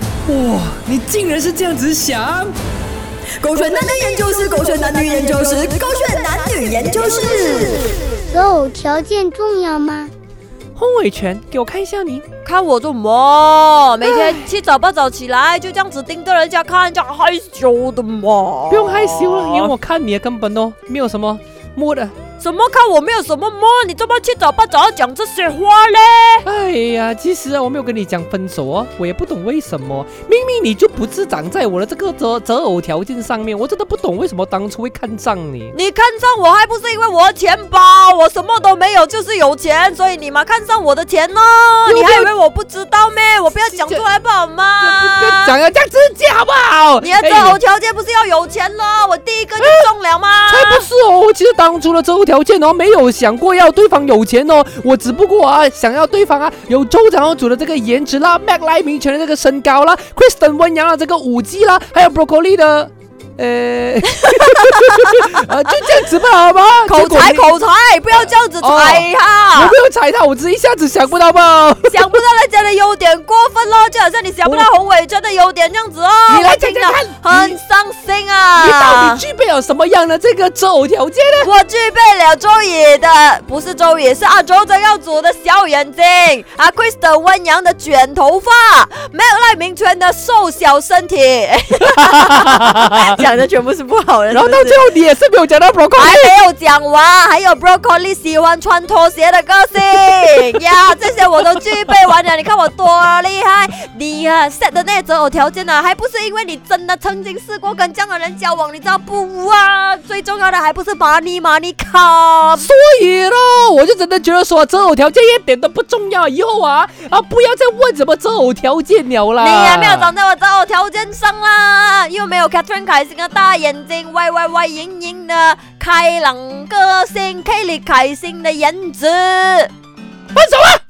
哇，你竟然是这样子想！狗选男女研究室，狗选男女研究室，狗选男女研究室。择偶条件重要吗？洪伟全，给我看一下你。看我做什么？每啊天七早八早起来，就这样子盯着人家看，这样害羞的嘛。不用害羞了，因为我看你的根本哦，没有什么啊摸的。什么看我没有什么摸？你这么七早八早要讲这些话嘞？哎呀，其实啊，我没有跟你讲分手哦，我也不懂为什么，明明你就不是长在我的这个择择偶条件上面，我真的不懂为什么当初会看上你。你看上我还不是因为我的钱包？我什么都没有，就是有钱，所以你们看上我的钱呢？又你不还要以为我不知道咩？我不要讲出来不好不要吗？讲要这样直接好不好？啊你的哎择偶条件不是要有钱咯？我第一个就中了吗？才不是哦！我其实当初的择偶条件哦，没有想过要对方有钱哦，我只不过啊，想要对方啊有州长要组的这个颜值啦，麦莱明权的这个身高啦，Kristen 温阳的这个舞技啦，还有 Broccoli 的。呃， 啊，就这样子吧，好吗？口结果才你，口才，不要这样子踩我哈！没有踩到，我只是一下子想不到吧。想不到人家的优点过分咯，就好像你想不到洪伟真的优点这样子哦。你来我听讲讲到看很伤心你到啊底！具备了什么样的这个择偶条件呢？ 我具备了周也的，不是周也，是阿周的耀祖的小眼睛，阿 Chris 的温阳的卷头发，没有赖明权的瘦小身体，讲的全部是不好的。然后到是不是最后你也是没有讲到 Broccoli，还没有讲完，还有 broccoli 喜欢穿拖鞋的个性呀，这些我都具备完了。你看我多厉害！你啊 set 的那些择偶条件呢、啊，还不是因为你真的曾经试过跟这样的人交往，你知道不啊？最重要的还不是 money money come。所以咯，我就真的觉得说择偶条件一点都不重要，以后啊啊不要再问什么择偶条件了啦。你也没有长在我择偶条件上啦，又没有 Catherine 凯欣的大眼睛，歪歪歪啊盈盈的开朗个性，Kelly 凯欣的颜值。分手啊！